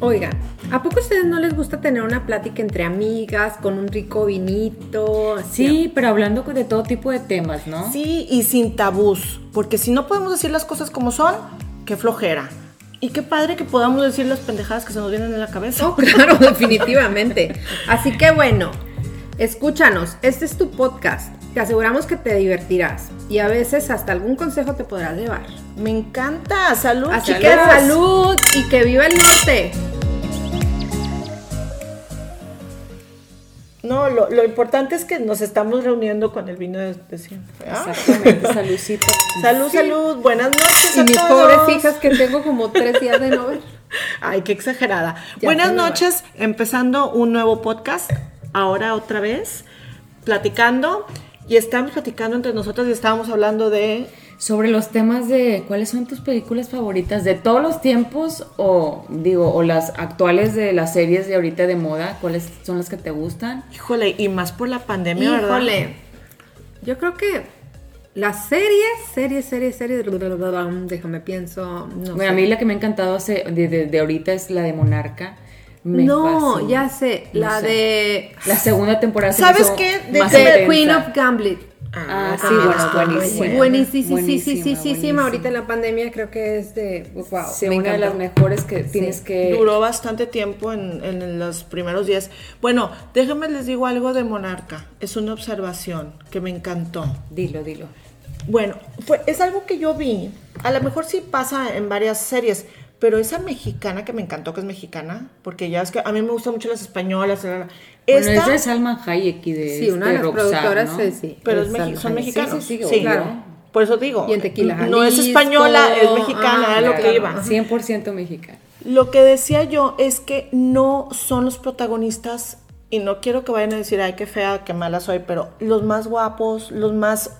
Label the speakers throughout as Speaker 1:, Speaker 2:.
Speaker 1: Oigan, ¿a poco a ustedes no les gusta tener una plática entre amigas, con un rico vinito?
Speaker 2: Sí, pero hablando de todo tipo de temas, ¿no?
Speaker 3: Sí, y sin tabús, porque si no podemos decir las cosas como son, qué flojera. Y qué padre que podamos decir las pendejadas que se nos vienen en la cabeza.
Speaker 1: Oh, claro, definitivamente. Así que bueno, escúchanos, este es tu podcast. Te aseguramos que te divertirás y a veces hasta algún consejo te podrás llevar.
Speaker 3: Me encanta, salud.
Speaker 1: Así que Ah, salud y que viva el norte.
Speaker 3: No, lo, lo importante es que nos estamos reuniendo con el vino de, de siempre. ¿ah?
Speaker 2: Exactamente, saludcita.
Speaker 3: Salud, salud, buenas noches
Speaker 1: Y
Speaker 3: a
Speaker 1: mis
Speaker 3: todos.
Speaker 1: pobres hijas que tengo como tres días de no ver.
Speaker 3: Ay, qué exagerada.
Speaker 1: Ya
Speaker 3: Buenas
Speaker 1: te lo
Speaker 3: noches, empezando un nuevo podcast, ahora otra vez, platicando, y estábamos platicando entre nosotras y estábamos hablando de...
Speaker 2: Sobre los temas de cuáles son tus películas favoritas de todos los tiempos o digo o las actuales de las series de ahorita de moda, cuáles son las que te gustan.
Speaker 3: Híjole, y más por la pandemia, ¿verdad?
Speaker 1: Híjole. Yo creo que las series, series, series, series. Déjame pienso. No,
Speaker 2: bueno,
Speaker 1: sé.
Speaker 2: a mí la que me ha encantado hace- de, de- de ahorita es la de Monarca. Me
Speaker 1: no
Speaker 2: fascina.
Speaker 1: ya sé.
Speaker 2: No
Speaker 1: la
Speaker 2: sé.
Speaker 1: de.
Speaker 2: la segunda temporada. se me
Speaker 3: ¿Sabes
Speaker 2: hizo
Speaker 3: qué?
Speaker 1: de
Speaker 2: más
Speaker 1: The
Speaker 2: intensa.
Speaker 1: Queen of Gambit.
Speaker 2: Ah, sí,
Speaker 1: Ah,
Speaker 2: bueno,
Speaker 1: está
Speaker 2: buenísima.
Speaker 1: Buenísima, sí, sí, sí, sí,
Speaker 2: Buenísima,
Speaker 1: sí, sí,
Speaker 2: buenísima.
Speaker 1: Ahorita en la pandemia creo que es de. Wow.
Speaker 2: Sí,
Speaker 1: me
Speaker 2: una de las
Speaker 1: encantó.
Speaker 2: mejores que tienes que.
Speaker 3: Duró bastante tiempo en, en los primeros días. Bueno, déjenme les digo algo de Monarca. Es una observación que me encantó.
Speaker 2: Dilo, dilo.
Speaker 3: Bueno, fue- es algo que yo vi. A lo mejor sí pasa en varias series, pero esa mexicana que me encantó que es mexicana, porque ya es que a mí me gustan mucho las españolas. la, la, la.
Speaker 2: Bueno,
Speaker 3: Esta-
Speaker 2: es de Salma Hayek y de.
Speaker 1: Sí, una de
Speaker 2: este
Speaker 1: las
Speaker 2: Roxanne,
Speaker 1: productoras,
Speaker 2: ¿no?
Speaker 1: sí, sí.
Speaker 3: pero es
Speaker 2: De
Speaker 3: mexi-
Speaker 2: Salma
Speaker 3: son
Speaker 2: Hayek.
Speaker 3: mexicanos.
Speaker 2: Sí, sí,
Speaker 3: Sí,
Speaker 1: claro.
Speaker 3: Por eso digo.
Speaker 1: Y en Tequila,
Speaker 3: No es
Speaker 1: Jalisco, ah,
Speaker 3: española, es mexicana,
Speaker 1: ajá,
Speaker 3: era lo
Speaker 2: Claro,
Speaker 3: que iba.
Speaker 2: 100% mexicana.
Speaker 3: Lo que decía yo es que no son los protagonistas, y no quiero que vayan a decir, ay, qué fea, qué mala soy, pero los más guapos, los más...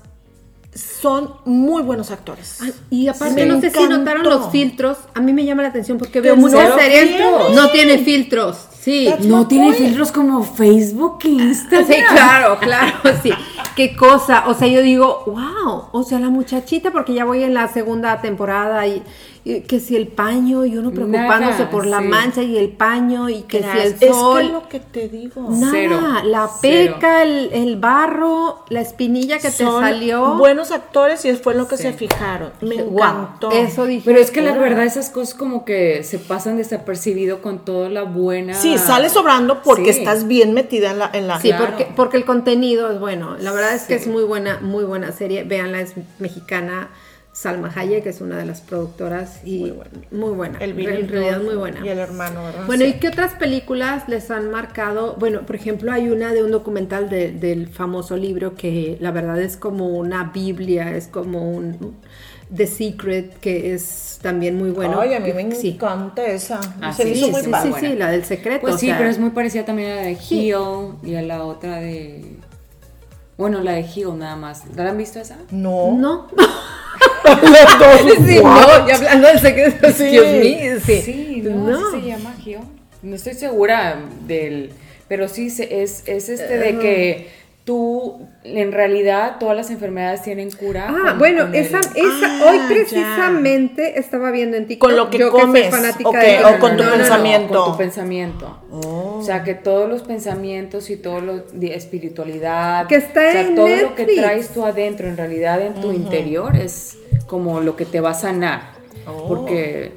Speaker 3: Son muy buenos actores.
Speaker 1: Ah, Y aparte,
Speaker 3: Sí.
Speaker 1: no sé si
Speaker 3: Me
Speaker 1: notaron
Speaker 3: encantó.
Speaker 1: los filtros. A mí me llama la atención porque
Speaker 2: Pero
Speaker 1: veo muchas
Speaker 2: no
Speaker 1: series.
Speaker 2: tiene.
Speaker 1: No tiene filtros. Sí.
Speaker 3: That's
Speaker 2: No
Speaker 3: my
Speaker 2: tiene
Speaker 3: point.
Speaker 2: filtros como Facebook e Instagram.
Speaker 1: Sí, claro, claro, sí. Qué cosa. O sea, yo digo, wow. O sea, la muchachita, porque ya voy en la segunda temporada y, y que si el paño y uno preocupándose
Speaker 2: Nada,
Speaker 1: por la
Speaker 2: sí.
Speaker 1: mancha y el paño y que
Speaker 3: Gracias.
Speaker 1: si el
Speaker 3: Es que
Speaker 1: sol.
Speaker 3: lo que te digo.
Speaker 1: Nada,
Speaker 2: Cero,
Speaker 1: la
Speaker 2: cero.
Speaker 1: peca, el, el barro, la espinilla que
Speaker 3: Son
Speaker 1: te salió.
Speaker 3: buenos actores y fue en lo que
Speaker 2: Sí.
Speaker 3: se fijaron. Me
Speaker 1: Wow,
Speaker 3: encantó.
Speaker 1: Eso dije.
Speaker 2: Pero es que la
Speaker 1: "Órale".
Speaker 2: verdad esas cosas como que se pasan desapercibido con toda la buena.
Speaker 3: Sí, sale sobrando porque
Speaker 2: Sí.
Speaker 3: estás bien metida en la... En la
Speaker 1: Sí,
Speaker 2: Claro.
Speaker 1: porque, porque el contenido es bueno. La verdad es que es
Speaker 2: Sí.
Speaker 1: muy buena, muy buena serie. Véanla, es mexicana. Salma Hayek, que es una de las productoras y muy buena.
Speaker 3: El
Speaker 1: Re-
Speaker 3: vino y
Speaker 1: en realidad
Speaker 3: todo,
Speaker 1: muy buena.
Speaker 3: Y el hermano, ¿verdad?
Speaker 1: Bueno,
Speaker 3: Sí.
Speaker 1: ¿y qué otras películas les han marcado? Bueno, por ejemplo, hay una de un documental de- del famoso libro que la verdad es como una Biblia, es como un The Secret, que es también muy bueno.
Speaker 3: Ay, a mí me
Speaker 1: Sí.
Speaker 3: encanta esa.
Speaker 2: Ah,
Speaker 3: se me
Speaker 2: sí,
Speaker 3: hizo
Speaker 1: Sí,
Speaker 3: muy
Speaker 1: sí,
Speaker 3: padre.
Speaker 1: sí, sí, la del secreto.
Speaker 2: Pues
Speaker 1: o
Speaker 2: sí,
Speaker 1: sea,
Speaker 2: pero es muy parecida también a la de Hio y a la otra de. Bueno, la de Hio nada más. ¿La han visto esa?
Speaker 3: No.
Speaker 1: No,
Speaker 2: Sí,
Speaker 1: no, y hablando del secreto,
Speaker 3: Sí.
Speaker 1: excuse me, sí.
Speaker 2: no, así se llama Hio. No estoy segura del. Pero sí, se- es, es este de que tú, en realidad, todas las enfermedades tienen cura.
Speaker 1: Ah,
Speaker 2: con-
Speaker 1: bueno,
Speaker 2: con el-
Speaker 1: esa, esa
Speaker 3: Ah,
Speaker 1: hoy
Speaker 3: ya.
Speaker 1: precisamente estaba viendo en TikTok.
Speaker 3: Con lo que
Speaker 1: yo
Speaker 3: comes,
Speaker 1: soy fanática
Speaker 3: ok,
Speaker 1: de-
Speaker 3: o
Speaker 1: no,
Speaker 3: con
Speaker 1: no,
Speaker 3: tu
Speaker 1: no, no,
Speaker 3: pensamiento.
Speaker 2: con tu pensamiento.
Speaker 3: Oh,
Speaker 2: O sea, que todos los pensamientos y todo lo de espiritualidad,
Speaker 1: Que está
Speaker 2: o sea,
Speaker 1: en
Speaker 2: todo lo que
Speaker 1: Netflix.
Speaker 2: traes tú adentro, en realidad en tu interior es como lo que te va a sanar. Porque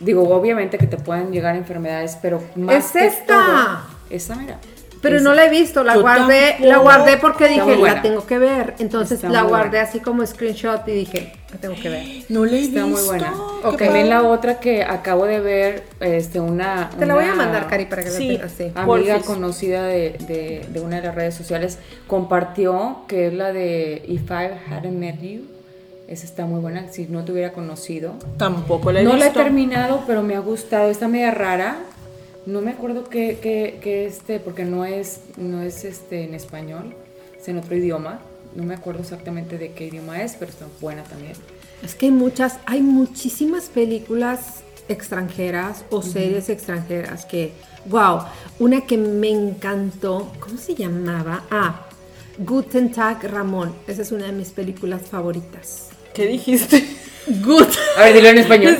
Speaker 2: digo, obviamente que te pueden llegar enfermedades, pero más
Speaker 1: ¡Es
Speaker 2: que
Speaker 1: esta!
Speaker 2: todo- esa mira.
Speaker 1: Pero
Speaker 2: Esa.
Speaker 1: no la he visto, la
Speaker 3: Yo
Speaker 1: guardé,
Speaker 3: tampoco.
Speaker 1: la guardé porque
Speaker 2: Está muy
Speaker 1: dije,
Speaker 2: buena.
Speaker 1: la tengo que ver. Entonces
Speaker 2: Está
Speaker 1: la
Speaker 2: muy
Speaker 1: guardé
Speaker 2: buena.
Speaker 1: así como screenshot y dije, la tengo que ver.
Speaker 3: No le he
Speaker 2: Está muy
Speaker 3: visto.
Speaker 2: buena.
Speaker 3: qué
Speaker 2: Ok, También la
Speaker 3: padre.
Speaker 2: otra que acabo de ver, este, una.
Speaker 1: Te la voy a
Speaker 2: una-
Speaker 1: mandar, Cari, para que
Speaker 3: sí.
Speaker 1: la tengas. Sí.
Speaker 2: amiga
Speaker 3: Porfis.
Speaker 2: conocida de, de- de una de las redes sociales compartió que es la de If I Hadn't Met You. Esa está muy buena, si no te hubiera conocido.
Speaker 3: Tampoco la he
Speaker 2: no la he
Speaker 3: visto.
Speaker 2: terminado, pero me ha gustado. Está media rara. No me acuerdo qué, qué- qué este, porque no es, no es este en español, es en otro idioma. No me acuerdo exactamente de qué idioma es, pero está buena también.
Speaker 1: Es que hay muchas, hay muchísimas películas extranjeras o series extranjeras que, wow, una que me encantó, ¿cómo se llamaba? Ah, Guten Tag Ramón, esa es una de mis películas favoritas.
Speaker 3: ¿Qué dijiste?
Speaker 1: Gut-
Speaker 2: A ver, dilo en español.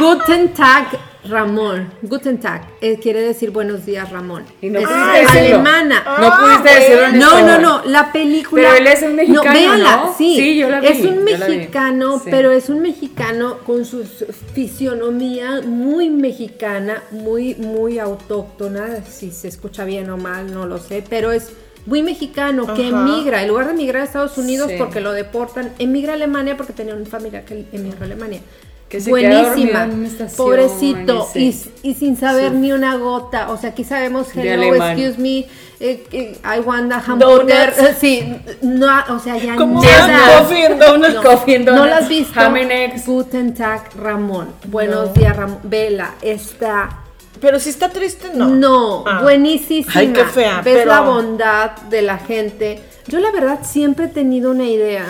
Speaker 1: Guten Tag Ramón, Guten Tag, eh, quiere decir buenos días, Ramón.
Speaker 2: Y no
Speaker 1: Es
Speaker 2: pudiste decirlo.
Speaker 1: alemana.
Speaker 2: No
Speaker 3: Ah,
Speaker 2: pudiste
Speaker 3: bueno.
Speaker 2: decirlo
Speaker 1: No,
Speaker 2: en
Speaker 1: no,
Speaker 2: español.
Speaker 1: no, la película.
Speaker 2: Pero él es un mexicano,
Speaker 1: véala,
Speaker 2: ¿no?
Speaker 1: Sí,
Speaker 2: Sí, yo la vi,
Speaker 1: Es un
Speaker 2: yo la vi.
Speaker 1: mexicano,
Speaker 2: Sí.
Speaker 1: pero es un mexicano con su s- fisionomía muy mexicana, muy, muy autóctona. Si se escucha bien o mal, no lo sé, pero es muy mexicano que
Speaker 3: Ajá.
Speaker 1: emigra. En lugar de emigrar a Estados Unidos
Speaker 2: Sí.
Speaker 1: porque lo deportan, emigra a Alemania porque tenía una familia que emigró a Alemania.
Speaker 2: Que se queda dormido
Speaker 1: Buenísima,
Speaker 2: en una estación,
Speaker 1: pobrecito,
Speaker 2: ese.
Speaker 1: y, s- y sin saber
Speaker 2: Sí.
Speaker 1: ni una gota. O sea, aquí sabemos,
Speaker 2: De
Speaker 1: hello,
Speaker 2: alemán.
Speaker 1: excuse me, eh, eh, I want a hamburger.
Speaker 3: Donuts.
Speaker 1: Sí, no, o sea, ya
Speaker 3: ¿Cómo
Speaker 1: nada.
Speaker 3: van? Coffee and donuts.
Speaker 1: No,
Speaker 2: Coffee and
Speaker 1: No
Speaker 2: donuts.
Speaker 1: las has visto.
Speaker 2: Ham and eggs.
Speaker 1: Guten Tag, Ramón. Buenos días, Ramón. Vela, está.
Speaker 3: Pero si está triste, no.
Speaker 1: No,
Speaker 3: Ah.
Speaker 1: buenísima.
Speaker 3: Ay, qué fea.
Speaker 1: Ves
Speaker 3: pero-
Speaker 1: la bondad de la gente. Yo, la verdad, siempre he tenido una idea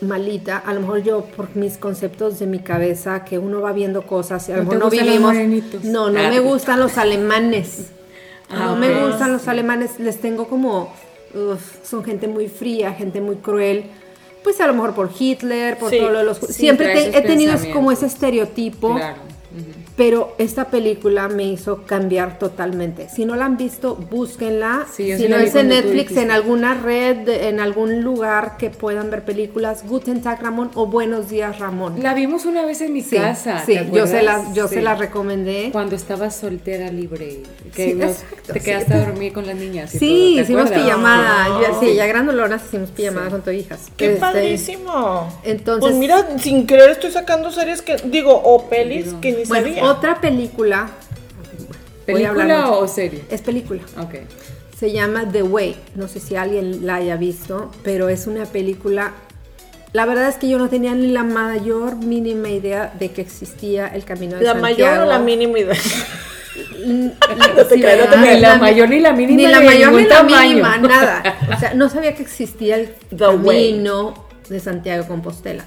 Speaker 1: malita, a lo mejor yo por mis conceptos de mi cabeza, que uno va viendo cosas y a lo
Speaker 2: ¿No
Speaker 1: mejor
Speaker 2: te
Speaker 1: no
Speaker 2: gustan los
Speaker 1: vivimos.
Speaker 2: morenitos?
Speaker 1: No, no
Speaker 2: Ah.
Speaker 1: me gustan los alemanes.
Speaker 2: Ah,
Speaker 1: no me
Speaker 2: ok.
Speaker 1: gustan los alemanes, les tengo como. uf, son gente muy fría, gente muy cruel. Pues a lo mejor por Hitler, por
Speaker 3: Sí,
Speaker 1: todo lo de los.
Speaker 2: sí,
Speaker 1: siempre
Speaker 2: trae
Speaker 1: te-
Speaker 2: esos
Speaker 1: he tenido es- como
Speaker 2: pensamientos.
Speaker 1: ese estereotipo.
Speaker 2: Claro. ujú.
Speaker 1: Pero esta película me hizo cambiar totalmente. Si no la han visto, búsquenla.
Speaker 2: Sí, yo
Speaker 1: si
Speaker 2: sí
Speaker 1: no
Speaker 2: la vi
Speaker 1: es en
Speaker 2: cuando tú
Speaker 1: Netflix,
Speaker 2: dijiste.
Speaker 1: en alguna red, en algún lugar que puedan ver películas, Guten Tag Ramón o Buenos días Ramón.
Speaker 2: La vimos una vez en mi
Speaker 1: sí,
Speaker 2: casa.
Speaker 1: sí,
Speaker 2: ¿te
Speaker 1: yo
Speaker 2: acuerdas?
Speaker 1: se las yo
Speaker 2: Sí.
Speaker 1: se las recomendé.
Speaker 2: Cuando estabas soltera libre, que
Speaker 1: Sí,
Speaker 2: nos-
Speaker 1: exacto,
Speaker 2: te
Speaker 1: sí.
Speaker 2: quedaste a dormir con las niñas. y todo,
Speaker 1: Sí,
Speaker 2: ¿te
Speaker 1: hicimos
Speaker 2: acuerdas? Ah,
Speaker 1: pijamada. Yo- sí, ya grandulonas hicimos pijamada con tu hijas.
Speaker 3: Qué
Speaker 1: Este,
Speaker 3: padrísimo.
Speaker 1: entonces-
Speaker 3: Pues mira, sin creer estoy sacando series que. Digo, o pelis que ni
Speaker 1: Bueno,
Speaker 3: sabía.
Speaker 1: otra película. Voy a hablar
Speaker 2: ¿Película
Speaker 1: mucho.
Speaker 2: o serie?
Speaker 1: Es película.
Speaker 2: Ok.
Speaker 1: Se llama The Way. No sé si alguien la haya visto, pero es una película. La verdad es que yo no tenía ni la mayor mínima idea de que existía el Camino de
Speaker 3: la
Speaker 1: Santiago.
Speaker 3: mayor o la mínima idea.
Speaker 1: N-
Speaker 3: No te
Speaker 1: sí,
Speaker 3: creas, no te
Speaker 1: ¿verdad?
Speaker 3: creas.
Speaker 2: Ni la mayor ni la mínima
Speaker 1: Ni la
Speaker 2: de
Speaker 1: mayor ni
Speaker 2: ningún
Speaker 1: la
Speaker 2: tamaño.
Speaker 1: mínima, nada. O sea, no sabía que existía el
Speaker 3: Way.
Speaker 1: Camino de Santiago de Compostela.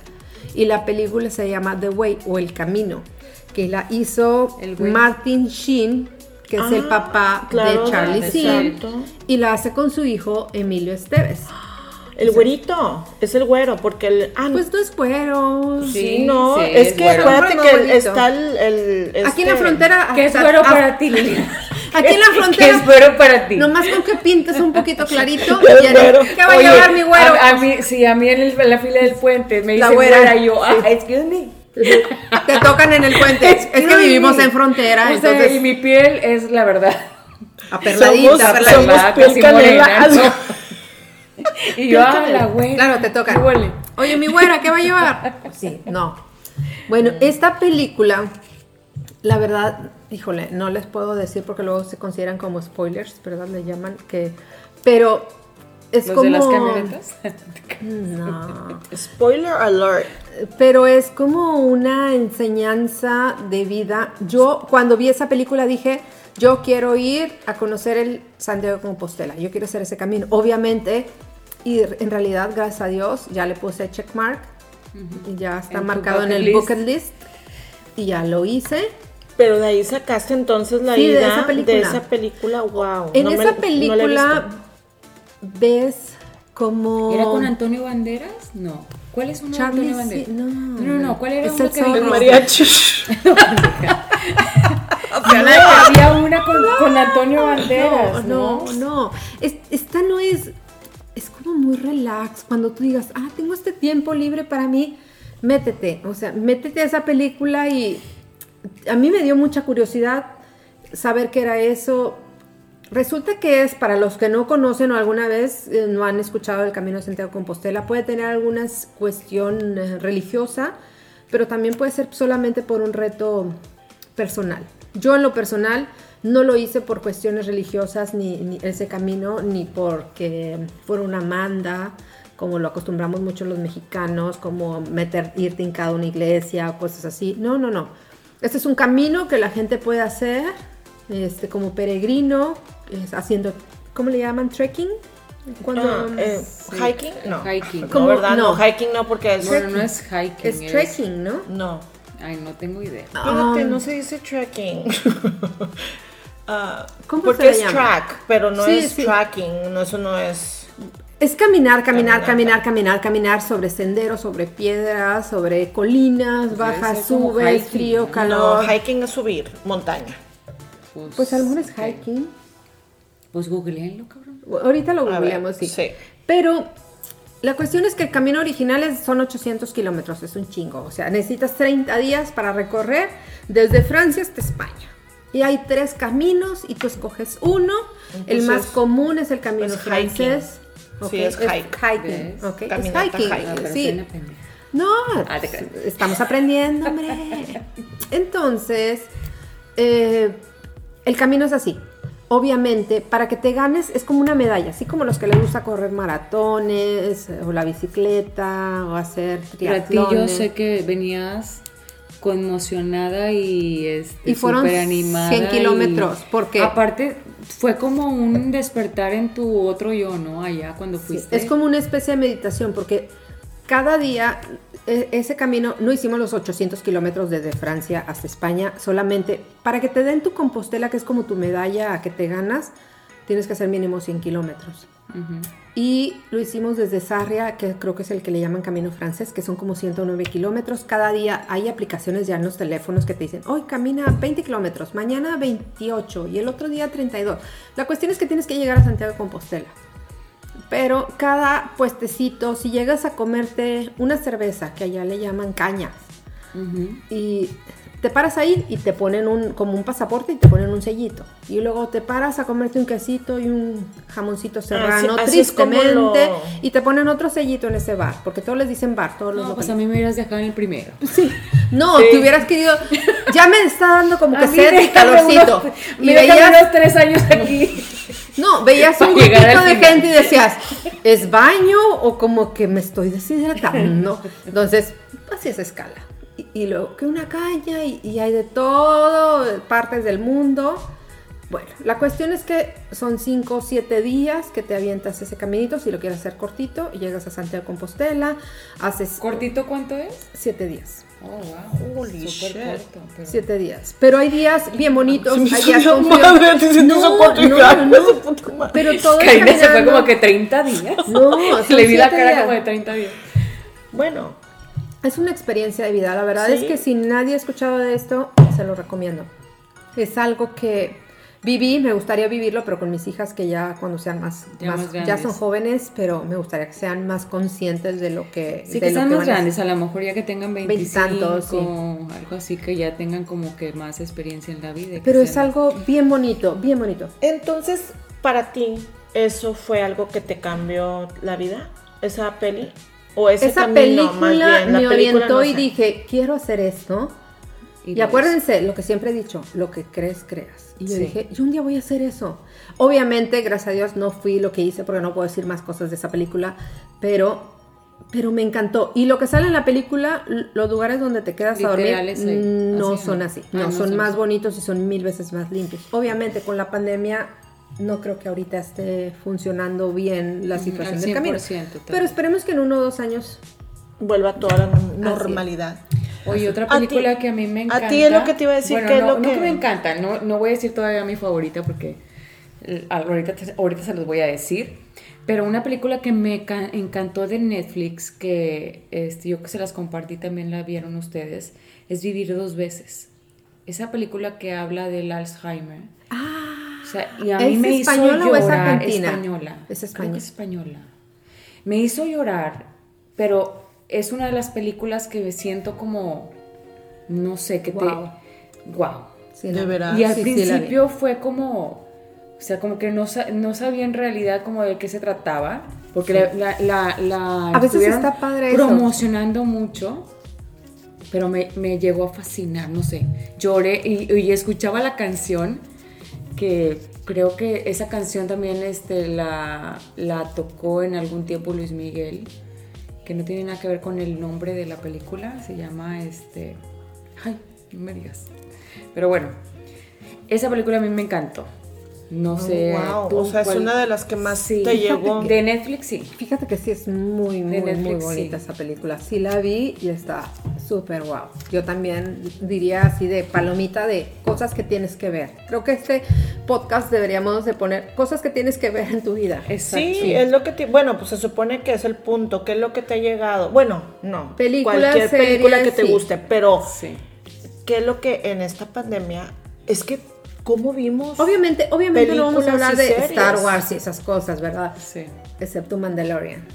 Speaker 1: Y la película se llama The Way o El Camino, que la hizo
Speaker 2: El güey.
Speaker 1: Martin Sheen, que es el
Speaker 3: Ah,
Speaker 1: papá
Speaker 3: claro,
Speaker 1: de Charlie
Speaker 2: de
Speaker 1: Sheen,
Speaker 3: exacto.
Speaker 1: y la hace con su hijo Emilio Esteves.
Speaker 3: El güerito. Es el güero, porque el. Ah,
Speaker 1: Pues no es cuero.
Speaker 3: sí,
Speaker 2: sí,
Speaker 3: no.
Speaker 2: sí,
Speaker 3: es
Speaker 2: es
Speaker 3: que
Speaker 2: güero.
Speaker 3: acuérdate
Speaker 1: Hombre,
Speaker 3: que
Speaker 1: güerito.
Speaker 3: está el. el-
Speaker 1: Aquí en la
Speaker 3: este-
Speaker 1: frontera.
Speaker 2: ¿Qué es
Speaker 1: hasta-
Speaker 2: bueno
Speaker 1: ah,
Speaker 2: para ti, Lili?
Speaker 1: Aquí en la frontera.
Speaker 2: ¿Qué es bueno para ti?
Speaker 1: Nomás con que pintes un poquito clarito.
Speaker 3: Es
Speaker 1: ya-
Speaker 3: güero.
Speaker 1: ¿Qué va a
Speaker 2: Oye,
Speaker 1: llevar mi güero?
Speaker 2: A, a mí, sí, a mí en, el- en la fila del puente me
Speaker 1: La
Speaker 2: dicen
Speaker 1: güera.
Speaker 2: güera. yo, ah, excuse me.
Speaker 1: Te tocan en el puente. Es que vivimos en
Speaker 2: O
Speaker 1: frontera,
Speaker 2: sea, y
Speaker 1: entonces
Speaker 2: mi piel es la verdad.
Speaker 1: aperladita,
Speaker 3: somos-
Speaker 1: aperladita.
Speaker 3: somos-
Speaker 2: verdad,
Speaker 3: piel
Speaker 2: casi
Speaker 3: canela.
Speaker 2: morena, ¿no? Y yo, ah,
Speaker 3: canela.
Speaker 2: la güera.
Speaker 1: Claro, te
Speaker 2: ¿Qué
Speaker 1: tocan.
Speaker 2: huele?
Speaker 1: Oye, mi güera, ¿qué va a llevar? Sí, no. Bueno, esta película, la verdad, híjole, no les puedo decir porque luego se consideran como spoilers, ¿verdad? Le llaman que. Pero es
Speaker 2: ¿Los
Speaker 1: como.
Speaker 2: de las camionetas?
Speaker 1: No.
Speaker 3: Spoiler alert.
Speaker 1: pero es como una enseñanza de vida. Yo cuando vi esa película dije, yo quiero ir a conocer el Santiago de Compostela, yo quiero hacer ese camino. Obviamente, y en realidad, gracias a Dios, ya le puse checkmark, y ya está
Speaker 2: En tu
Speaker 1: marcado en
Speaker 2: bucket
Speaker 1: el
Speaker 2: list.
Speaker 1: bucket list, y ya lo hice.
Speaker 3: Pero de ahí sacaste entonces la
Speaker 1: Sí, de
Speaker 3: idea
Speaker 1: esa película.
Speaker 3: wow.
Speaker 1: En esa película ves como...
Speaker 2: ¿Era con Antonio Banderas? No. ¿Cuál es uno de
Speaker 1: Charlie,
Speaker 2: Antonio Banderas?
Speaker 1: sí, no.
Speaker 2: no, no, ¿Cuál era
Speaker 1: Es
Speaker 2: uno
Speaker 1: el
Speaker 2: que había?
Speaker 1: zorro.
Speaker 3: mariachi.
Speaker 2: No, que había una con, con Antonio Banderas, ¿no?
Speaker 1: no, no. Es- esta no es. Es como muy relax. Cuando tú digas, ah, tengo este tiempo libre para mí, métete. O sea, métete a esa película y. A mí me dio mucha curiosidad saber qué era eso. Resulta que es, para los que no conocen o alguna vez eh, no han escuchado el Camino de Santiago de Compostela, puede tener alguna s- cuestión eh, religiosa, pero también puede ser solamente por un reto personal. Yo en lo personal no lo hice por cuestiones religiosas, ni, ni ese camino, ni porque fuera una manda, como lo acostumbramos mucho los mexicanos, como meter, ir tincado a una iglesia o cosas así. No, no, no. Este es un camino que la gente puede hacer este, como peregrino, es haciendo, ¿cómo le llaman? Trekking. Cuando,
Speaker 3: Ah, eh, ¿Hiking? No.
Speaker 2: Hiking.
Speaker 3: No,
Speaker 1: ¿Cómo?
Speaker 3: ¿verdad? No.
Speaker 1: No.
Speaker 3: hiking no, porque es.
Speaker 2: Bueno, no es hiking.
Speaker 1: es trekking, ¿no?
Speaker 3: No.
Speaker 2: Ay, no tengo idea.
Speaker 3: Fíjate, no se dice trekking. Ah,
Speaker 1: ¿Cómo
Speaker 3: porque
Speaker 1: se le
Speaker 3: es
Speaker 1: llama?
Speaker 3: track, pero no
Speaker 1: Sí,
Speaker 3: es
Speaker 1: sí.
Speaker 3: tracking. No, eso no es.
Speaker 1: Es caminar, caminar, caminar, caminar, caminar sobre senderos, sobre piedras, sobre colinas, bajas,
Speaker 2: es como
Speaker 1: sube,
Speaker 2: hiking,
Speaker 1: frío,
Speaker 2: ¿no?
Speaker 1: calor.
Speaker 3: No, hiking es subir, montaña.
Speaker 1: Pues a lo mejor es
Speaker 2: ok.
Speaker 1: hiking.
Speaker 2: este, Pues googleenlo, cabrón.
Speaker 1: Ahorita lo
Speaker 3: ver,
Speaker 1: googleamos, sí.
Speaker 3: sí.
Speaker 1: Pero la cuestión es que el camino original es- son 800 kilómetros, es un chingo. O sea, necesitas 30 días para recorrer desde Francia hasta España. Y hay tres caminos y tú escoges uno. el
Speaker 3: Entonces,
Speaker 1: más común es el camino
Speaker 3: es hiking.
Speaker 1: francés.
Speaker 3: Sí,
Speaker 1: ok,
Speaker 3: es hike.
Speaker 1: hiking.
Speaker 2: ¿Ves?
Speaker 1: ok, es
Speaker 3: Caminata,
Speaker 1: hiking,
Speaker 3: hike.
Speaker 2: Ah, pero soy
Speaker 1: Sí.
Speaker 2: una pendeja.
Speaker 1: No,
Speaker 2: Ah, te
Speaker 1: pues,
Speaker 2: creas.
Speaker 1: estamos aprendiendo, hombre. Entonces, eh, el camino es así. Obviamente, para que te ganes es como una medalla, así como los que les gusta correr maratones, eh, o la bicicleta, o hacer
Speaker 2: Pero a ti yo
Speaker 1: triatlones.
Speaker 2: sé que venías conmocionada y este
Speaker 1: Y fueron
Speaker 2: superanimada
Speaker 1: 100
Speaker 2: y-
Speaker 1: kilómetros, porque-
Speaker 2: aparte fue como un despertar en tu otro yo, ¿no? Allá cuando
Speaker 1: Sí,
Speaker 2: fuiste.
Speaker 1: es como una especie de meditación, porque cada día e- ese camino, no hicimos los 800 kilómetros desde Francia hasta España, solamente para que te den tu compostela, que es como tu medalla que te ganas, tienes que hacer mínimo 100 kilómetros.
Speaker 2: Ujú.
Speaker 1: Y lo hicimos desde Sarria, que creo que es el que le llaman Camino Francés, que son como 109 kilómetros. Cada día hay aplicaciones ya en los teléfonos que te dicen, hoy camina 20 kilómetros, mañana 28 y el otro día 32. La cuestión es que tienes que llegar a Santiago de Compostela. Pero cada puestecito, si llegas a comerte una cerveza, que allá le llaman caña,
Speaker 2: Ujú.
Speaker 1: y te paras ahí y te ponen un, como un pasaporte y te ponen un sellito. Y luego te paras a comerte un quesito y un jamoncito
Speaker 2: Ah,
Speaker 1: serrano,
Speaker 3: así es como
Speaker 1: tristemente,
Speaker 3: lo-
Speaker 1: y te ponen otro sellito en ese bar, porque todos les dicen bar, todos los
Speaker 2: No, pues a
Speaker 1: locales.
Speaker 2: mí me hubieras dejado en el primero.
Speaker 1: No,
Speaker 2: Sí.
Speaker 1: te hubieras querido, ya me está dando como que
Speaker 2: A mí
Speaker 1: sed y
Speaker 2: déjame
Speaker 1: calorcito.
Speaker 2: unos-
Speaker 1: Y
Speaker 2: me déjame
Speaker 1: veías-
Speaker 2: unos tres años aquí.
Speaker 1: No, veías
Speaker 2: Para
Speaker 1: un grupito
Speaker 2: llegar al
Speaker 1: de
Speaker 2: final.
Speaker 1: gente y decías, ¿es baño o como que me estoy deshidratando? Entonces, así es escala. Y, y luego que una caña y, y hay de todo, de partes del mundo. Bueno, la cuestión es que son 5 o 7 días que te avientas ese caminito, si lo quieres hacer cortito, y llegas a Santiago de Compostela, haces
Speaker 2: ¿Cortito cuánto es?
Speaker 1: 7 días.
Speaker 2: Oh, wow.
Speaker 3: Holy shit.
Speaker 2: corto. pero-
Speaker 1: 7 días. Pero hay días bien bonitos.
Speaker 3: Se me
Speaker 1: hay
Speaker 3: hizo
Speaker 1: días
Speaker 3: la
Speaker 1: con frío.
Speaker 3: madre, te sientes
Speaker 1: No,
Speaker 3: un cuatro y
Speaker 1: no,
Speaker 3: claro,
Speaker 1: no.
Speaker 3: su puta madre.
Speaker 1: Pero todo es
Speaker 2: Karina se fue
Speaker 1: caminando.
Speaker 2: como que 30 días.
Speaker 1: No, son
Speaker 2: Le vi la
Speaker 1: siete
Speaker 2: cara
Speaker 1: días.
Speaker 2: como de 30 días.
Speaker 3: Bueno,
Speaker 1: Es una experiencia de vida, la verdad
Speaker 3: Sí.
Speaker 1: es que si nadie ha escuchado de esto, se lo recomiendo. Es algo que viví, me gustaría vivirlo, pero con mis hijas que ya cuando sean más,
Speaker 2: Ya
Speaker 1: más-
Speaker 2: más
Speaker 1: ya
Speaker 2: grandes.
Speaker 1: son jóvenes, pero me gustaría que sean más conscientes de lo que...
Speaker 2: Sí,
Speaker 1: de
Speaker 2: que
Speaker 1: lo que
Speaker 2: están más
Speaker 1: van a hacer.
Speaker 2: grandes, a lo mejor ya que tengan 25,
Speaker 1: Veintitantos, sí.
Speaker 2: algo así, que ya tengan como que más experiencia en la vida. que
Speaker 1: Pero es
Speaker 2: sean-
Speaker 1: algo bien bonito, bien bonito.
Speaker 3: entonces, para ti, ¿eso fue algo que te cambió la vida? ¿Esa peli? ¿O ese
Speaker 1: Esa
Speaker 3: camino, más
Speaker 1: película
Speaker 3: bien? La
Speaker 1: me
Speaker 3: película,
Speaker 1: orientó
Speaker 3: no
Speaker 1: y
Speaker 3: sé.
Speaker 1: dije, quiero hacer esto. Y,
Speaker 2: lo
Speaker 1: acuérdense, lo que siempre he dicho, lo que crees, creas. Y yo
Speaker 2: Sí.
Speaker 1: dije, yo un día voy a hacer eso. Obviamente, gracias a Dios, no fui lo que hice porque no puedo decir más cosas de esa película, pero, pero me encantó. Y lo que sale en la película, l- los lugares donde te quedas a dormir
Speaker 2: Literales, sí.
Speaker 1: no
Speaker 2: Así,
Speaker 1: son
Speaker 2: ¿no?
Speaker 1: así.
Speaker 2: Ah,
Speaker 1: No,
Speaker 2: no
Speaker 1: son
Speaker 2: son
Speaker 1: más
Speaker 2: así.
Speaker 1: bonitos y son mil veces más limpios. Obviamente, con la pandemia... No creo que ahorita esté funcionando bien la
Speaker 2: Ujú,
Speaker 1: situación
Speaker 2: al
Speaker 1: del camino.
Speaker 2: 100% también.
Speaker 1: Pero esperemos que en uno o dos años
Speaker 3: Vuelva a toda la normalidad.
Speaker 2: Oye, otra
Speaker 3: A ti-
Speaker 2: película que a mí me
Speaker 3: a
Speaker 2: encanta.
Speaker 3: ti es lo que te iba a decir,
Speaker 2: Bueno,
Speaker 3: ¿qué es
Speaker 2: no,
Speaker 3: lo
Speaker 2: no
Speaker 3: que-
Speaker 2: me encanta, no, no voy a decir todavía mi favorita porque eh, ahorita, te- ahorita se los voy a decir. Pero una película que me ca- encantó de Netflix, que este, yo que se las compartí también la vieron ustedes, es Vivir dos veces. Esa película que habla del Alzheimer. O sea, y a mí
Speaker 1: ¿Es
Speaker 2: me hizo
Speaker 1: española
Speaker 2: llorar.
Speaker 1: o es argentina?
Speaker 2: Española.
Speaker 1: Es
Speaker 2: Creo que
Speaker 1: española.
Speaker 2: es española. Me hizo llorar, pero es una de las películas que me siento como, no sé, que
Speaker 1: Guau.
Speaker 2: te... Wow.
Speaker 1: Sí,
Speaker 3: De
Speaker 1: la-
Speaker 3: veras.
Speaker 2: Y al
Speaker 1: Sí, sí, la vi.
Speaker 2: principio fue como, o sea, como que no, sa- no sabía en realidad como de qué se trataba, porque la, la, la- la
Speaker 1: A veces
Speaker 2: estuvieron
Speaker 1: está padre eso.
Speaker 2: promocionando mucho. Pero me, me llegó a fascinar, no sé. Lloré y, y escuchaba la canción, que creo que esa canción también este, la, la tocó en algún tiempo Luis Miguel, que no tiene nada que ver con el nombre de la película, se llama este... Ay, no me digas. Pero bueno, esa película a mí me encantó. No sé.
Speaker 3: Oh, wow,
Speaker 2: tú
Speaker 3: o sea, es
Speaker 2: cuál-
Speaker 3: una de las que más
Speaker 2: Sí.
Speaker 3: te llegó.
Speaker 2: De Netflix, sí.
Speaker 1: Fíjate que sí es muy, muy, muy
Speaker 2: Netflix,
Speaker 1: bonita
Speaker 2: sí.
Speaker 1: esa película. Sí la vi y está súper guau. Yo también diría así de palomita de cosas que tienes que ver. Creo que este podcast deberíamos de poner cosas que tienes que ver en tu vida.
Speaker 3: Sí, es lo que te, bueno, pues se supone que es el punto, qué es lo que te ha llegado. Bueno, no,
Speaker 1: Películas,
Speaker 3: cualquier película
Speaker 1: series,
Speaker 3: que te
Speaker 1: sí.
Speaker 3: guste, pero
Speaker 2: Sí.
Speaker 3: qué es lo que en esta pandemia es que cómo vimos
Speaker 1: Obviamente, obviamente no vamos a
Speaker 3: Películas
Speaker 1: hablar
Speaker 3: y
Speaker 1: de
Speaker 3: series.
Speaker 1: Star Wars y esas cosas, ¿verdad?
Speaker 2: Sí.
Speaker 1: Excepto Mandalorian.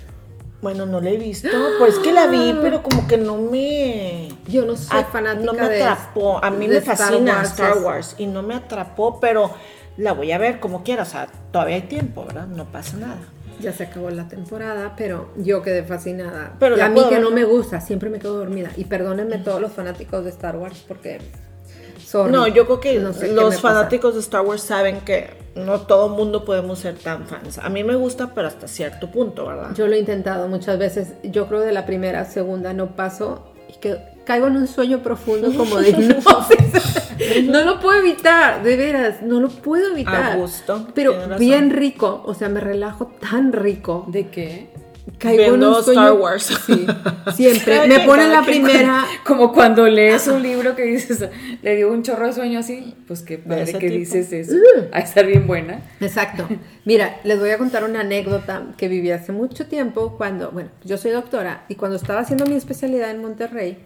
Speaker 3: Bueno, no la he visto, pues es que la vi, pero como que no me
Speaker 1: Yo no soy
Speaker 3: a-
Speaker 1: Ah, fanática
Speaker 3: Ah, no me
Speaker 1: de-
Speaker 3: atrapó. A mí
Speaker 1: de
Speaker 3: me
Speaker 1: Star
Speaker 3: fascina
Speaker 1: Wars.
Speaker 3: Star Wars, y no me atrapó, pero la voy a ver como quiera, o sea, todavía hay tiempo, ¿verdad? No pasa nada.
Speaker 1: Ya se acabó la temporada, pero yo quedé fascinada.
Speaker 3: Pero
Speaker 1: y
Speaker 3: la
Speaker 1: a mí
Speaker 3: puedo
Speaker 1: que
Speaker 3: ver,
Speaker 1: no
Speaker 3: ¿no?
Speaker 1: me gusta, siempre me quedo dormida. Y perdónenme todos los fanáticos de Star Wars porque... sorry,
Speaker 3: No, yo creo que
Speaker 1: no sé qué me
Speaker 3: los
Speaker 1: pasa.
Speaker 3: fanáticos de Star Wars saben que no todo mundo podemos ser tan fans. A mí me gusta, pero hasta cierto punto, ¿verdad?
Speaker 1: Yo lo he intentado muchas veces. Yo creo de la primera, segunda no paso y que caigo en un sueño profundo como de hipnosis. no lo puedo evitar, de veras, no lo puedo evitar.
Speaker 3: A gusto,
Speaker 1: Pero
Speaker 3: tienes razón.
Speaker 1: bien rico, o sea, me relajo tan rico.
Speaker 2: ¿De qué?
Speaker 1: Caigo en
Speaker 3: Viendo
Speaker 1: un sueño
Speaker 3: Star Wars.
Speaker 1: Sí, siempre.
Speaker 3: Cada
Speaker 1: me
Speaker 3: quien,
Speaker 1: ponen
Speaker 3: cada
Speaker 1: la
Speaker 3: quien.
Speaker 1: primera.
Speaker 2: Como cuando lees un libro que dices, le dio un chorro de sueño así, pues qué padre
Speaker 3: ese
Speaker 2: que
Speaker 3: tipo. Uh.
Speaker 2: dices eso. A estar bien buena.
Speaker 1: Exacto. Mira, les voy a contar una anécdota que viví hace mucho tiempo cuando, bueno, yo soy doctora y cuando estaba haciendo mi especialidad en Monterrey,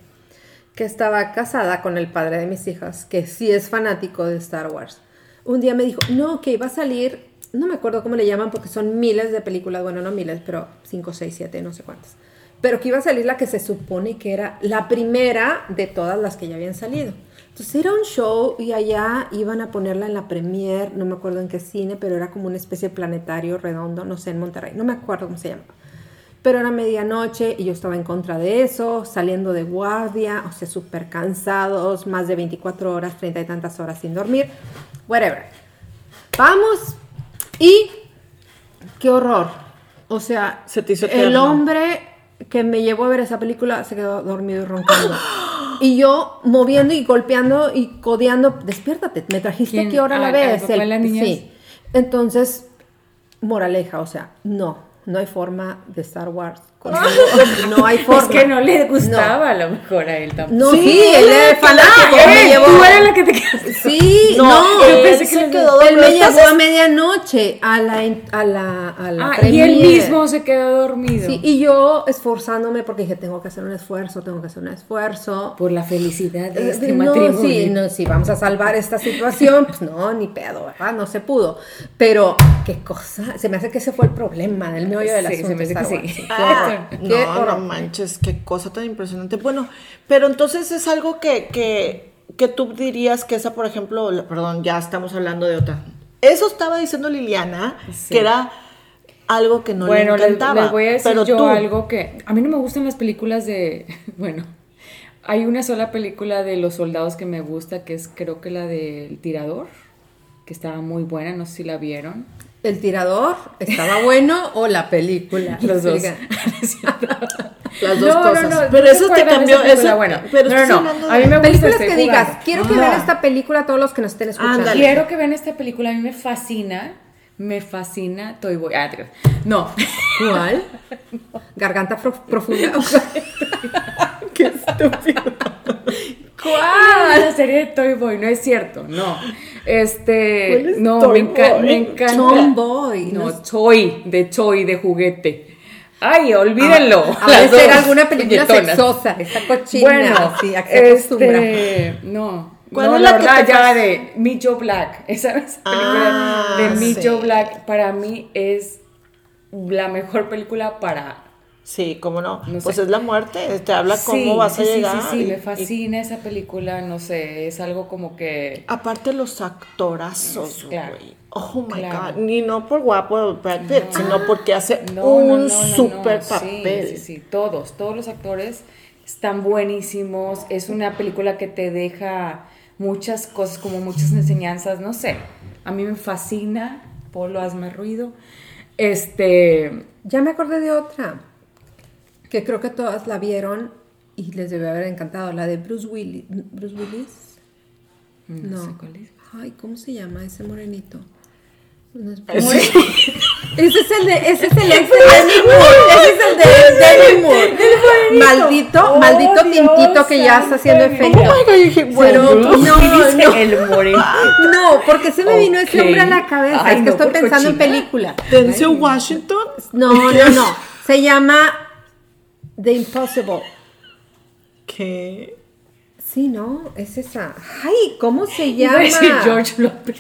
Speaker 1: que estaba casada con el padre de mis hijas, que sí es fanático de Star Wars. Un día me dijo, no, que iba a salir, no me acuerdo cómo le llaman porque son miles de películas, bueno, no miles, pero 5, 6, 7, no sé cuántas. Pero que iba a salir la que se supone que era la primera de todas las que ya habían salido. Entonces era un show y allá iban a ponerla en la premier, no me acuerdo en qué cine, pero era como una especie de planetario redondo, no sé, en Monterrey, no me acuerdo cómo se llama pero era medianoche y yo estaba en contra de eso, saliendo de guardia, o sea, súper cansados, más de 24 horas, 30 y tantas horas sin dormir, whatever. Vamos y qué horror. O sea,
Speaker 3: Se te hizo
Speaker 1: el
Speaker 3: eterno.
Speaker 1: hombre que me llevó a ver esa película se quedó dormido y roncando. Y yo moviendo y golpeando y codeando, despiértate, me trajiste
Speaker 2: ¿Quién?
Speaker 1: aquí ahora a la
Speaker 2: Ah, ¿al
Speaker 1: vez.
Speaker 2: papá de la niñez?
Speaker 1: sí. Entonces, moraleja, o sea, no, no hay forma de Star Wars. conmigo, no hay forma.
Speaker 2: Es que no le gustaba a lo mejor a él tampoco.
Speaker 1: No, sí, él es
Speaker 2: Ah,
Speaker 1: fanático, me llevó.
Speaker 2: Tú eres la que te quedaste.
Speaker 1: Sí, no,
Speaker 3: él
Speaker 2: yo pensé que
Speaker 3: se
Speaker 2: le-
Speaker 3: quedó
Speaker 1: él me
Speaker 3: dormido.
Speaker 1: llevó a medianoche a la en- a la a la
Speaker 2: Ah, y él
Speaker 1: premiere.
Speaker 2: mismo se quedó dormido.
Speaker 1: Sí, y yo esforzándome porque dije, tengo que hacer un esfuerzo, tengo que hacer un esfuerzo.
Speaker 2: Por la felicidad de
Speaker 1: Eh,
Speaker 2: este
Speaker 1: no,
Speaker 2: matrimonio.
Speaker 1: sí, no, sí, vamos a salvar esta situación, pues no, ni pedo, ¿verdad? No se pudo. Pero, qué cosa, se me hace que ese fue el problema del meollo del
Speaker 2: Sí,
Speaker 1: asunto.
Speaker 2: se me hace que
Speaker 1: Star
Speaker 2: sí.
Speaker 1: Wars. Qué
Speaker 3: Ah,
Speaker 2: este,
Speaker 1: horror, qué
Speaker 3: no, no
Speaker 1: horror.
Speaker 3: manches, qué cosa tan impresionante. Bueno, pero entonces es algo que, que, que tú dirías que esa, por ejemplo, la- perdón, ya estamos hablando de otra. Eso estaba diciendo Liliana,
Speaker 2: Sí.
Speaker 3: que era algo que no
Speaker 2: bueno,
Speaker 3: le
Speaker 2: les,
Speaker 3: encantaba.
Speaker 2: les voy a decir
Speaker 3: pero
Speaker 2: yo
Speaker 3: tú,
Speaker 2: algo que a mí no me gustan las películas de, bueno, hay una sola película de los soldados que me gusta que es creo que la del tirador, que estaba muy buena, no sé si la vieron.
Speaker 1: ¿El tirador estaba bueno o la película?
Speaker 2: Los dos.
Speaker 1: Oiga,
Speaker 3: Las dos cosas. pero
Speaker 2: ¿no se
Speaker 3: eso te
Speaker 2: acuerdan de
Speaker 3: cambió,
Speaker 2: esa película?
Speaker 3: eso-
Speaker 2: bueno,
Speaker 3: pero
Speaker 2: no, no,
Speaker 3: estás
Speaker 2: no,
Speaker 3: hablando de-
Speaker 2: a mí me gusta este
Speaker 1: Películas
Speaker 2: estoy
Speaker 1: que digas,
Speaker 2: jugando.
Speaker 1: quiero que vean esta película todos los que nos estén escuchando.
Speaker 3: Ándale.
Speaker 2: Quiero que vean esta película, a mí me fascina, me fascina Toy Boy. Ah, te- no,
Speaker 1: ¿Cuál? Garganta pro- profunda. O sea, qué estúpido.
Speaker 2: ¿Cuál? La serie de Toy Boy, no es cierto, no. Este,
Speaker 3: ¿Cuál es
Speaker 2: no,
Speaker 3: Toy
Speaker 2: me, enca-
Speaker 3: Boy?
Speaker 2: me encanta.
Speaker 1: Tomboy,
Speaker 2: No,
Speaker 1: no
Speaker 2: Toy, de Toy, de juguete. Ay, olvídenlo.
Speaker 1: Ah, ha de
Speaker 2: las
Speaker 1: ser
Speaker 2: dos
Speaker 1: alguna película
Speaker 2: puñetonas.
Speaker 1: sexosa, esa cochina,
Speaker 2: Bueno,
Speaker 1: así, a que se acostumbra.
Speaker 2: este, no.
Speaker 3: ¿Cuál
Speaker 2: no,
Speaker 3: es
Speaker 2: la,
Speaker 3: la que
Speaker 2: verdad,
Speaker 3: te
Speaker 2: ya
Speaker 3: fas-
Speaker 2: de Mijo Black. Esa es la
Speaker 3: Ah,
Speaker 2: película de Mijo
Speaker 3: sí.
Speaker 2: Black para mí es la mejor película para
Speaker 3: Sí, cómo no.
Speaker 2: No
Speaker 3: pues
Speaker 2: sé.
Speaker 3: es la muerte, te habla
Speaker 2: Sí,
Speaker 3: cómo vas
Speaker 2: sí,
Speaker 3: a
Speaker 2: sí,
Speaker 3: llegar.
Speaker 2: Sí, sí,
Speaker 3: y-
Speaker 2: me
Speaker 3: y-
Speaker 2: fascina esa película, no sé, es algo como que...
Speaker 3: Aparte los actorazos,
Speaker 2: Sí,
Speaker 3: güey.
Speaker 2: claro.
Speaker 3: Oh my
Speaker 2: Claro.
Speaker 3: god, ni no por guapo Brad Pitt, sino porque hace
Speaker 2: No,
Speaker 3: un
Speaker 2: no, no, no, no,
Speaker 3: super
Speaker 2: sí,
Speaker 3: papel.
Speaker 2: Sí, sí, todos, todos los actores están buenísimos, es una película que te deja muchas cosas, como muchas enseñanzas, no sé, a mí me fascina, Polo, hazme ruido, este...
Speaker 1: Ya me acordé de otra, que creo que todas la vieron y les debe haber encantado, la de Bruce Willis. ¿Bruce Willis?
Speaker 2: No, sé cuál es.
Speaker 1: Ay, ¿cómo se llama ese morenito? No es
Speaker 3: Es-
Speaker 1: Morenito. Ese es el de, ese es el ex de Demi Moore. Ese es el de Demi Moore. Maldito,
Speaker 2: Oh,
Speaker 1: maldito
Speaker 2: Dios
Speaker 1: tintito que ya está haciendo
Speaker 2: santo.
Speaker 1: efecto.
Speaker 3: Oh my God, yo dije, bueno,
Speaker 1: Pero-
Speaker 3: tú-
Speaker 1: No,
Speaker 2: dice
Speaker 1: no.
Speaker 2: el moreno.
Speaker 1: No, porque se me vino ese
Speaker 2: Ok.
Speaker 1: hombre a la cabeza.
Speaker 2: Ay,
Speaker 1: es que
Speaker 2: no,
Speaker 1: estoy
Speaker 2: por
Speaker 1: pensando en
Speaker 2: cochina.
Speaker 1: película.
Speaker 3: Denzel Washington.
Speaker 1: No, no, no. Se llama The Impossible.
Speaker 3: ¿Qué?
Speaker 1: Sí, no, es esa. Ay, ¿cómo se
Speaker 2: Iba a
Speaker 1: llama?
Speaker 2: decir George López.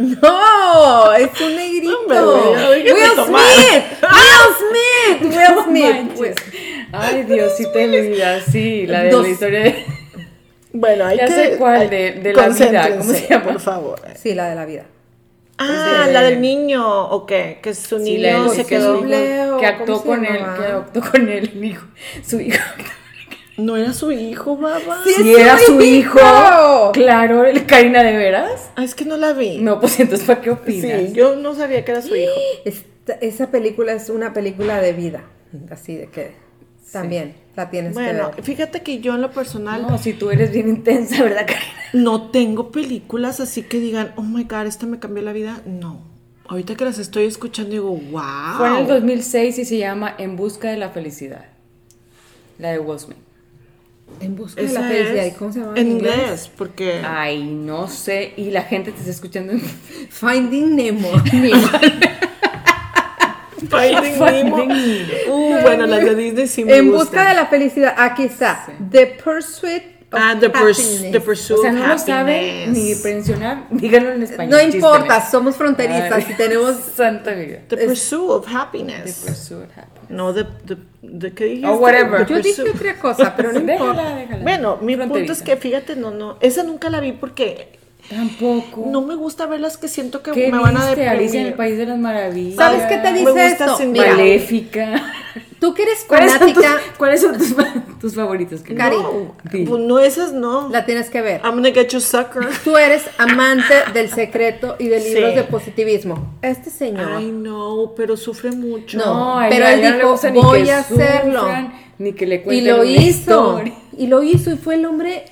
Speaker 1: No, es un negrito.
Speaker 3: Hombre, güey,
Speaker 1: Will
Speaker 3: déjame tomar.
Speaker 1: Smith. Will Smith.
Speaker 2: No
Speaker 1: Will Smith.
Speaker 2: manches. Ay, Diosito de mi vida, sí, la de
Speaker 1: Dos.
Speaker 2: la historia de...
Speaker 3: Bueno, hay
Speaker 2: Ya
Speaker 3: que.
Speaker 2: sé cuál,
Speaker 3: hay-
Speaker 2: de- de la vida,
Speaker 3: concéntrense,
Speaker 2: ¿cómo se llama?
Speaker 3: Por favor.
Speaker 1: Sí, la de la vida.
Speaker 3: Ah,
Speaker 2: de-
Speaker 3: la del niño, o qué, que su
Speaker 2: Sí, la
Speaker 3: niño
Speaker 2: del-
Speaker 3: se
Speaker 2: que
Speaker 3: quedó.
Speaker 2: su
Speaker 1: horrible.
Speaker 2: hijo-
Speaker 1: ¿Cómo
Speaker 2: Que actuó
Speaker 1: se
Speaker 2: con él,
Speaker 1: llamaba?
Speaker 2: que actuó con él, el hijo. Su hijo.
Speaker 3: No era su hijo, baba.
Speaker 1: Sí. ¡Es
Speaker 2: Si era
Speaker 1: su
Speaker 2: su hijo.
Speaker 1: hijo!
Speaker 2: Claro, el Karina de veras.
Speaker 3: Ah, es que no la vi.
Speaker 2: No, pues entonces, ¿para qué
Speaker 3: sí,
Speaker 2: opinas?
Speaker 3: yo no sabía que era su hijo.
Speaker 1: Esta- esa película es una película de vida. Así de que también la tienes
Speaker 3: Bueno,
Speaker 1: que ver.
Speaker 3: fíjate que yo en lo personal
Speaker 2: Ah, No, si tú eres bien intensa, ¿verdad, Karina?
Speaker 3: no tengo películas así que digan, oh my god, esta me cambió la vida. No. Ahorita que las estoy escuchando digo, wow.
Speaker 2: Fue en el 2006 y se llama En busca de la felicidad. La de Wolfsman.
Speaker 1: En busca de
Speaker 3: Esa
Speaker 1: la felicidad.
Speaker 3: es
Speaker 1: ¿Y ¿Cómo se llama?
Speaker 3: en inglés, porque
Speaker 2: Ay, no sé. Y la gente te está escuchando en
Speaker 1: Finding Nemo.
Speaker 3: Finding Nemo. Uh, bueno, las de Disney sí me
Speaker 1: en
Speaker 3: gustan.
Speaker 1: busca de la felicidad. Aquí está. The Pursuit of
Speaker 3: Ah, The, Purs-
Speaker 1: Happiness.
Speaker 3: The Pursuit
Speaker 2: O sea, no lo
Speaker 3: Happiness.
Speaker 2: saben ni pensionar. Díganlo en español.
Speaker 1: No importa,
Speaker 2: chístenme.
Speaker 1: somos fronterizas
Speaker 2: Ay,
Speaker 1: y tenemos
Speaker 2: Santa vida. pues,
Speaker 3: The Pursuit of Happiness.
Speaker 2: Yo
Speaker 3: No, the, the, the- ¿qué dijiste?
Speaker 2: Oh, whatever.
Speaker 3: The
Speaker 1: Yo dije
Speaker 3: Pursuit.
Speaker 1: otra cosa, pero no importa.
Speaker 2: Déjala, déjala.
Speaker 3: Bueno, mi punto es
Speaker 2: Fronteriza.
Speaker 3: que fíjate, no, no, esa nunca la vi porque
Speaker 2: Tampoco.
Speaker 3: no me gusta verlas que siento que
Speaker 2: ¿Qué
Speaker 3: me van a
Speaker 2: viste, Alicia en el
Speaker 3: deprimir.
Speaker 2: País de las Maravillas?
Speaker 1: ¿Sabes qué te
Speaker 3: Me
Speaker 1: dice
Speaker 3: gusta
Speaker 1: esto?
Speaker 3: sin
Speaker 1: Mira,
Speaker 3: ballet.
Speaker 2: Maléfica.
Speaker 1: tú que eres
Speaker 2: ¿Cuáles son tus,
Speaker 1: fanática,
Speaker 2: ¿cuáles son tus, tus favoritos? Karina?
Speaker 1: Cari.
Speaker 3: No,
Speaker 2: Di.
Speaker 3: pues no, esas no.
Speaker 1: la tienes que ver.
Speaker 3: I'm gonna get you sucker.
Speaker 1: Tú eres amante del secreto y de
Speaker 3: Sí.
Speaker 1: libros de positivismo. Este señor.
Speaker 3: Ay, no, pero sufre mucho.
Speaker 1: No,
Speaker 2: a
Speaker 1: pero
Speaker 2: ella
Speaker 1: él
Speaker 2: no le
Speaker 1: dijo,
Speaker 2: gusta ni
Speaker 1: "Voy
Speaker 2: que
Speaker 1: a hacerlo".
Speaker 2: sufran, Ni que le
Speaker 1: y
Speaker 2: cuenten
Speaker 1: lo
Speaker 2: una
Speaker 1: hizo.
Speaker 2: historia.
Speaker 1: Y lo hizo y fue el hombre.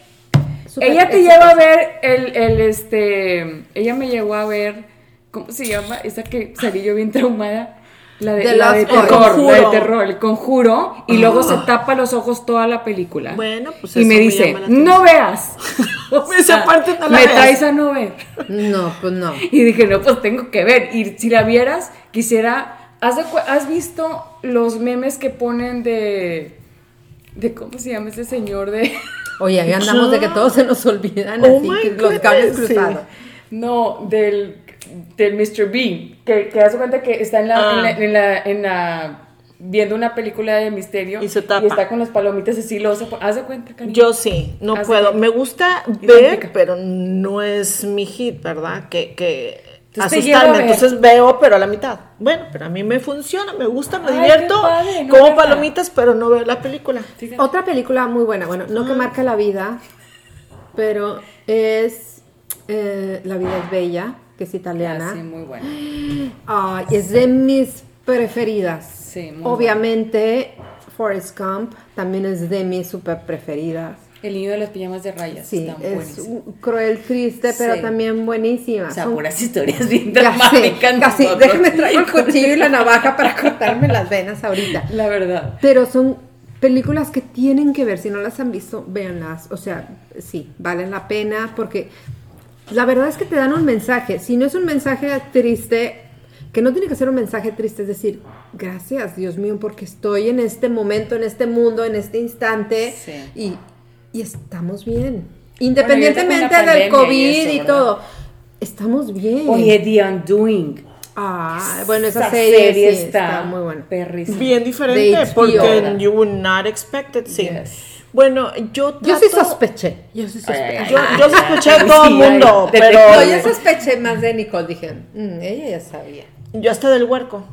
Speaker 1: super-
Speaker 2: Ella te
Speaker 1: exitoso.
Speaker 2: lleva a ver el, el, este. Ella me llevó a ver. ¿Cómo se llama? Esa que salí yo bien traumada. La de,
Speaker 1: The
Speaker 2: la
Speaker 1: Last
Speaker 2: de
Speaker 1: Order.
Speaker 2: terror, la de
Speaker 3: Conjuro.
Speaker 2: terror, el conjuro, y luego se tapa los ojos toda la película.
Speaker 3: Bueno, pues
Speaker 2: Y
Speaker 3: eso
Speaker 2: me
Speaker 3: me
Speaker 2: dice,
Speaker 3: llama la atención.
Speaker 2: no veas.
Speaker 3: Esa parte no la
Speaker 2: Me
Speaker 3: veas.
Speaker 2: traes a no ver.
Speaker 1: No, pues no.
Speaker 2: Y dije, no, pues tengo que ver. Y si la vieras, quisiera. ¿Has, de cu- has visto los memes que ponen de. de cómo se llama ese señor de.
Speaker 1: Oye, ahí andamos de que todos se nos olvidan
Speaker 3: Oh
Speaker 1: así,
Speaker 3: my
Speaker 1: que los cables
Speaker 3: goodness, sí.
Speaker 1: cruzados.
Speaker 2: No, del, del Mr. Bean. Que, que hace cuenta que está en la,
Speaker 3: Ah.
Speaker 2: en la, en la- en la- viendo una película de misterio.
Speaker 3: Y se tapa.
Speaker 2: está con las palomitas así, lo hace. Haz de cuenta, cariño.
Speaker 3: Yo sí, no
Speaker 2: Así
Speaker 3: puedo.
Speaker 2: que-
Speaker 3: Me gusta
Speaker 2: Idéntica.
Speaker 3: ver, pero no es mi hit, ¿verdad? Que, que
Speaker 2: Entonces te lleva a
Speaker 3: asustarme.
Speaker 2: ver.
Speaker 3: Entonces veo, pero a la mitad. Bueno, pero a mí me funciona, me gusta, me
Speaker 2: Ay, qué
Speaker 3: divierto.
Speaker 2: padre, no,
Speaker 3: como
Speaker 2: ¿verdad?
Speaker 3: palomitas, pero no veo la película.
Speaker 2: Fíjate.
Speaker 1: Otra película muy buena, bueno, no
Speaker 2: Ah.
Speaker 1: que marca la vida, pero es eh, La vida es bella, que es italiana.
Speaker 2: Ah, Sí, muy bueno.
Speaker 1: Ay, es de mis preferidas.
Speaker 2: Sí, muy
Speaker 1: Obviamente, Forrest Gump también es de mis super preferidas.
Speaker 2: El niño de las pijamas de rayas.
Speaker 1: Sí,
Speaker 2: están
Speaker 1: es
Speaker 2: buenísimo.
Speaker 1: un- cruel, triste, pero
Speaker 2: Sí.
Speaker 1: también buenísima.
Speaker 2: O sea,
Speaker 1: Son-
Speaker 2: puras historias bien
Speaker 1: casi,
Speaker 2: dramáticas.
Speaker 1: casi,
Speaker 2: nosotros.
Speaker 1: déjame traer el cuchillo y la navaja para cortarme las venas ahorita.
Speaker 2: La verdad.
Speaker 1: Pero son películas que tienen que ver. Si no las han visto, véanlas. O sea, sí, valen la pena porque la verdad es que te dan un mensaje. Si no es un mensaje triste, que no tiene que ser un mensaje triste, es decir, gracias Dios mío porque estoy en este momento, en este mundo, en este instante
Speaker 2: Sí.
Speaker 1: y, y estamos bien.
Speaker 2: ahorita con la
Speaker 1: Independientemente del
Speaker 2: pandemia
Speaker 1: COVID
Speaker 2: y
Speaker 1: y,
Speaker 2: eso, ¿verdad?
Speaker 1: todo, estamos bien.
Speaker 2: Oye, The Undoing.
Speaker 1: Ah, bueno, esa, serie,
Speaker 2: serie,
Speaker 1: sí,
Speaker 2: está,
Speaker 1: está muy buena.
Speaker 2: Perrísima.
Speaker 3: Bien diferente,
Speaker 1: HBO.
Speaker 3: porque you would not expect it, sí.
Speaker 2: Yes.
Speaker 3: Bueno, yo trato...
Speaker 1: Yo sí sospeché. Yo sí sospeché.
Speaker 3: Yo, yo sospeché de todo el
Speaker 2: Sí,
Speaker 3: mundo,
Speaker 2: ay,
Speaker 3: pero
Speaker 1: No, yo
Speaker 2: detective.
Speaker 1: sospeché más de Nicole, dije, "Mm, ella ya sabía.
Speaker 3: yo hasta del huerco.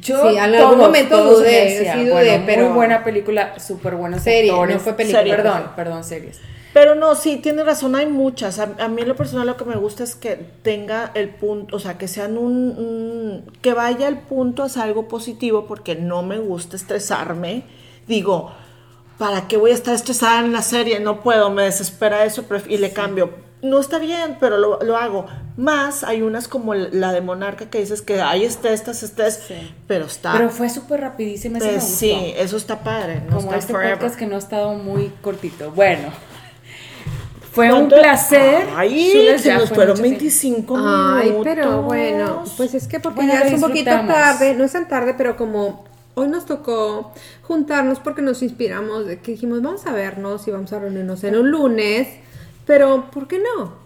Speaker 2: Yo
Speaker 1: Sí, en algún momento dudé,
Speaker 2: me decía,
Speaker 1: sí dudé,
Speaker 2: bueno,
Speaker 1: pero-
Speaker 2: Muy buena película, súper buenos
Speaker 1: Serie,
Speaker 2: actores.
Speaker 1: no fue película.
Speaker 3: Serie.
Speaker 2: Perdón, perdón, series.
Speaker 3: Pero no, sí, tiene razón, hay muchas. A, a mí en lo personal lo que me gusta es que tenga el punto, o sea, que sean un, un- que vaya el punto hacia algo positivo porque no me gusta estresarme. Digo, ¿para qué voy a estar estresada en la serie? No puedo, me desespera eso pref- y le cambio. No está bien, pero lo, lo hago. Más hay unas como la de Monarca que dices que ahí está, estas, estas,
Speaker 2: Sí.
Speaker 3: pero está.
Speaker 2: Pero fue súper rapidísima esa me
Speaker 3: pues,
Speaker 2: gustó.
Speaker 3: sí, eso está padre. No
Speaker 2: Como
Speaker 3: está
Speaker 2: este
Speaker 3: forever.
Speaker 2: podcast que no ha estado muy cortito. Bueno, fue un
Speaker 3: ¿Cuánto?
Speaker 2: placer.
Speaker 3: Ay,
Speaker 2: Sí,
Speaker 3: se
Speaker 2: ya
Speaker 3: nos
Speaker 2: fue
Speaker 3: fueron
Speaker 2: mucho tiempo.
Speaker 3: 25
Speaker 1: Ay,
Speaker 3: minutos.
Speaker 1: pero bueno, pues es que porque
Speaker 2: Bueno,
Speaker 1: ya
Speaker 2: lo
Speaker 1: es un poquito
Speaker 2: disfrutamos.
Speaker 1: tarde, no es tan tarde, pero como hoy nos tocó juntarnos porque nos inspiramos, de que dijimos vamos a vernos y vamos a reunirnos en un lunes, pero ¿por qué no?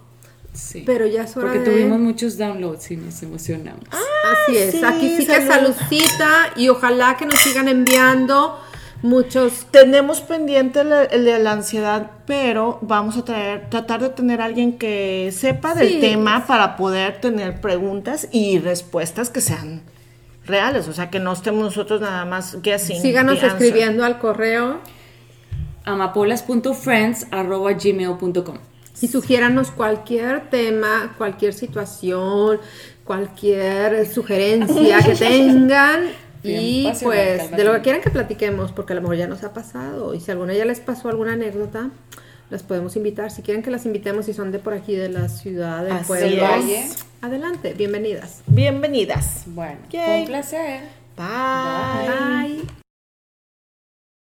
Speaker 2: Sí.
Speaker 1: Pero ya es hora
Speaker 2: Porque
Speaker 1: de-
Speaker 2: tuvimos muchos downloads y nos emocionamos.
Speaker 1: Así es,
Speaker 3: sí,
Speaker 1: aquí Ah, sí que
Speaker 3: salud.
Speaker 1: saludcita y ojalá que nos sigan enviando muchos
Speaker 3: Tenemos pendiente el, el de la ansiedad, pero vamos a traer, tratar de tener a alguien que sepa
Speaker 1: Sí.
Speaker 3: del tema para poder tener preguntas y respuestas que sean reales, o sea, que no estemos nosotros nada más guessing.
Speaker 1: Síganos
Speaker 3: the answer.
Speaker 1: escribiendo al correo
Speaker 2: amapolas.friends.gmail.com
Speaker 1: y sugiéranos cualquier tema, cualquier situación, cualquier sugerencia que tengan.
Speaker 2: Bien
Speaker 1: Y
Speaker 2: pasional,
Speaker 1: pues
Speaker 2: cálmate.
Speaker 1: de lo que quieran que platiquemos, porque a lo mejor ya nos ha pasado. Y si alguna ya les pasó alguna anécdota, las podemos invitar. Si quieren que las invitemos, si son de por aquí, de la ciudad, del
Speaker 3: Así
Speaker 1: pueblo,
Speaker 2: es. Valle.
Speaker 1: adelante, bienvenidas.
Speaker 3: Bienvenidas.
Speaker 2: Bueno, fue
Speaker 3: Yay.
Speaker 2: un placer.
Speaker 3: Bye.
Speaker 1: Bye.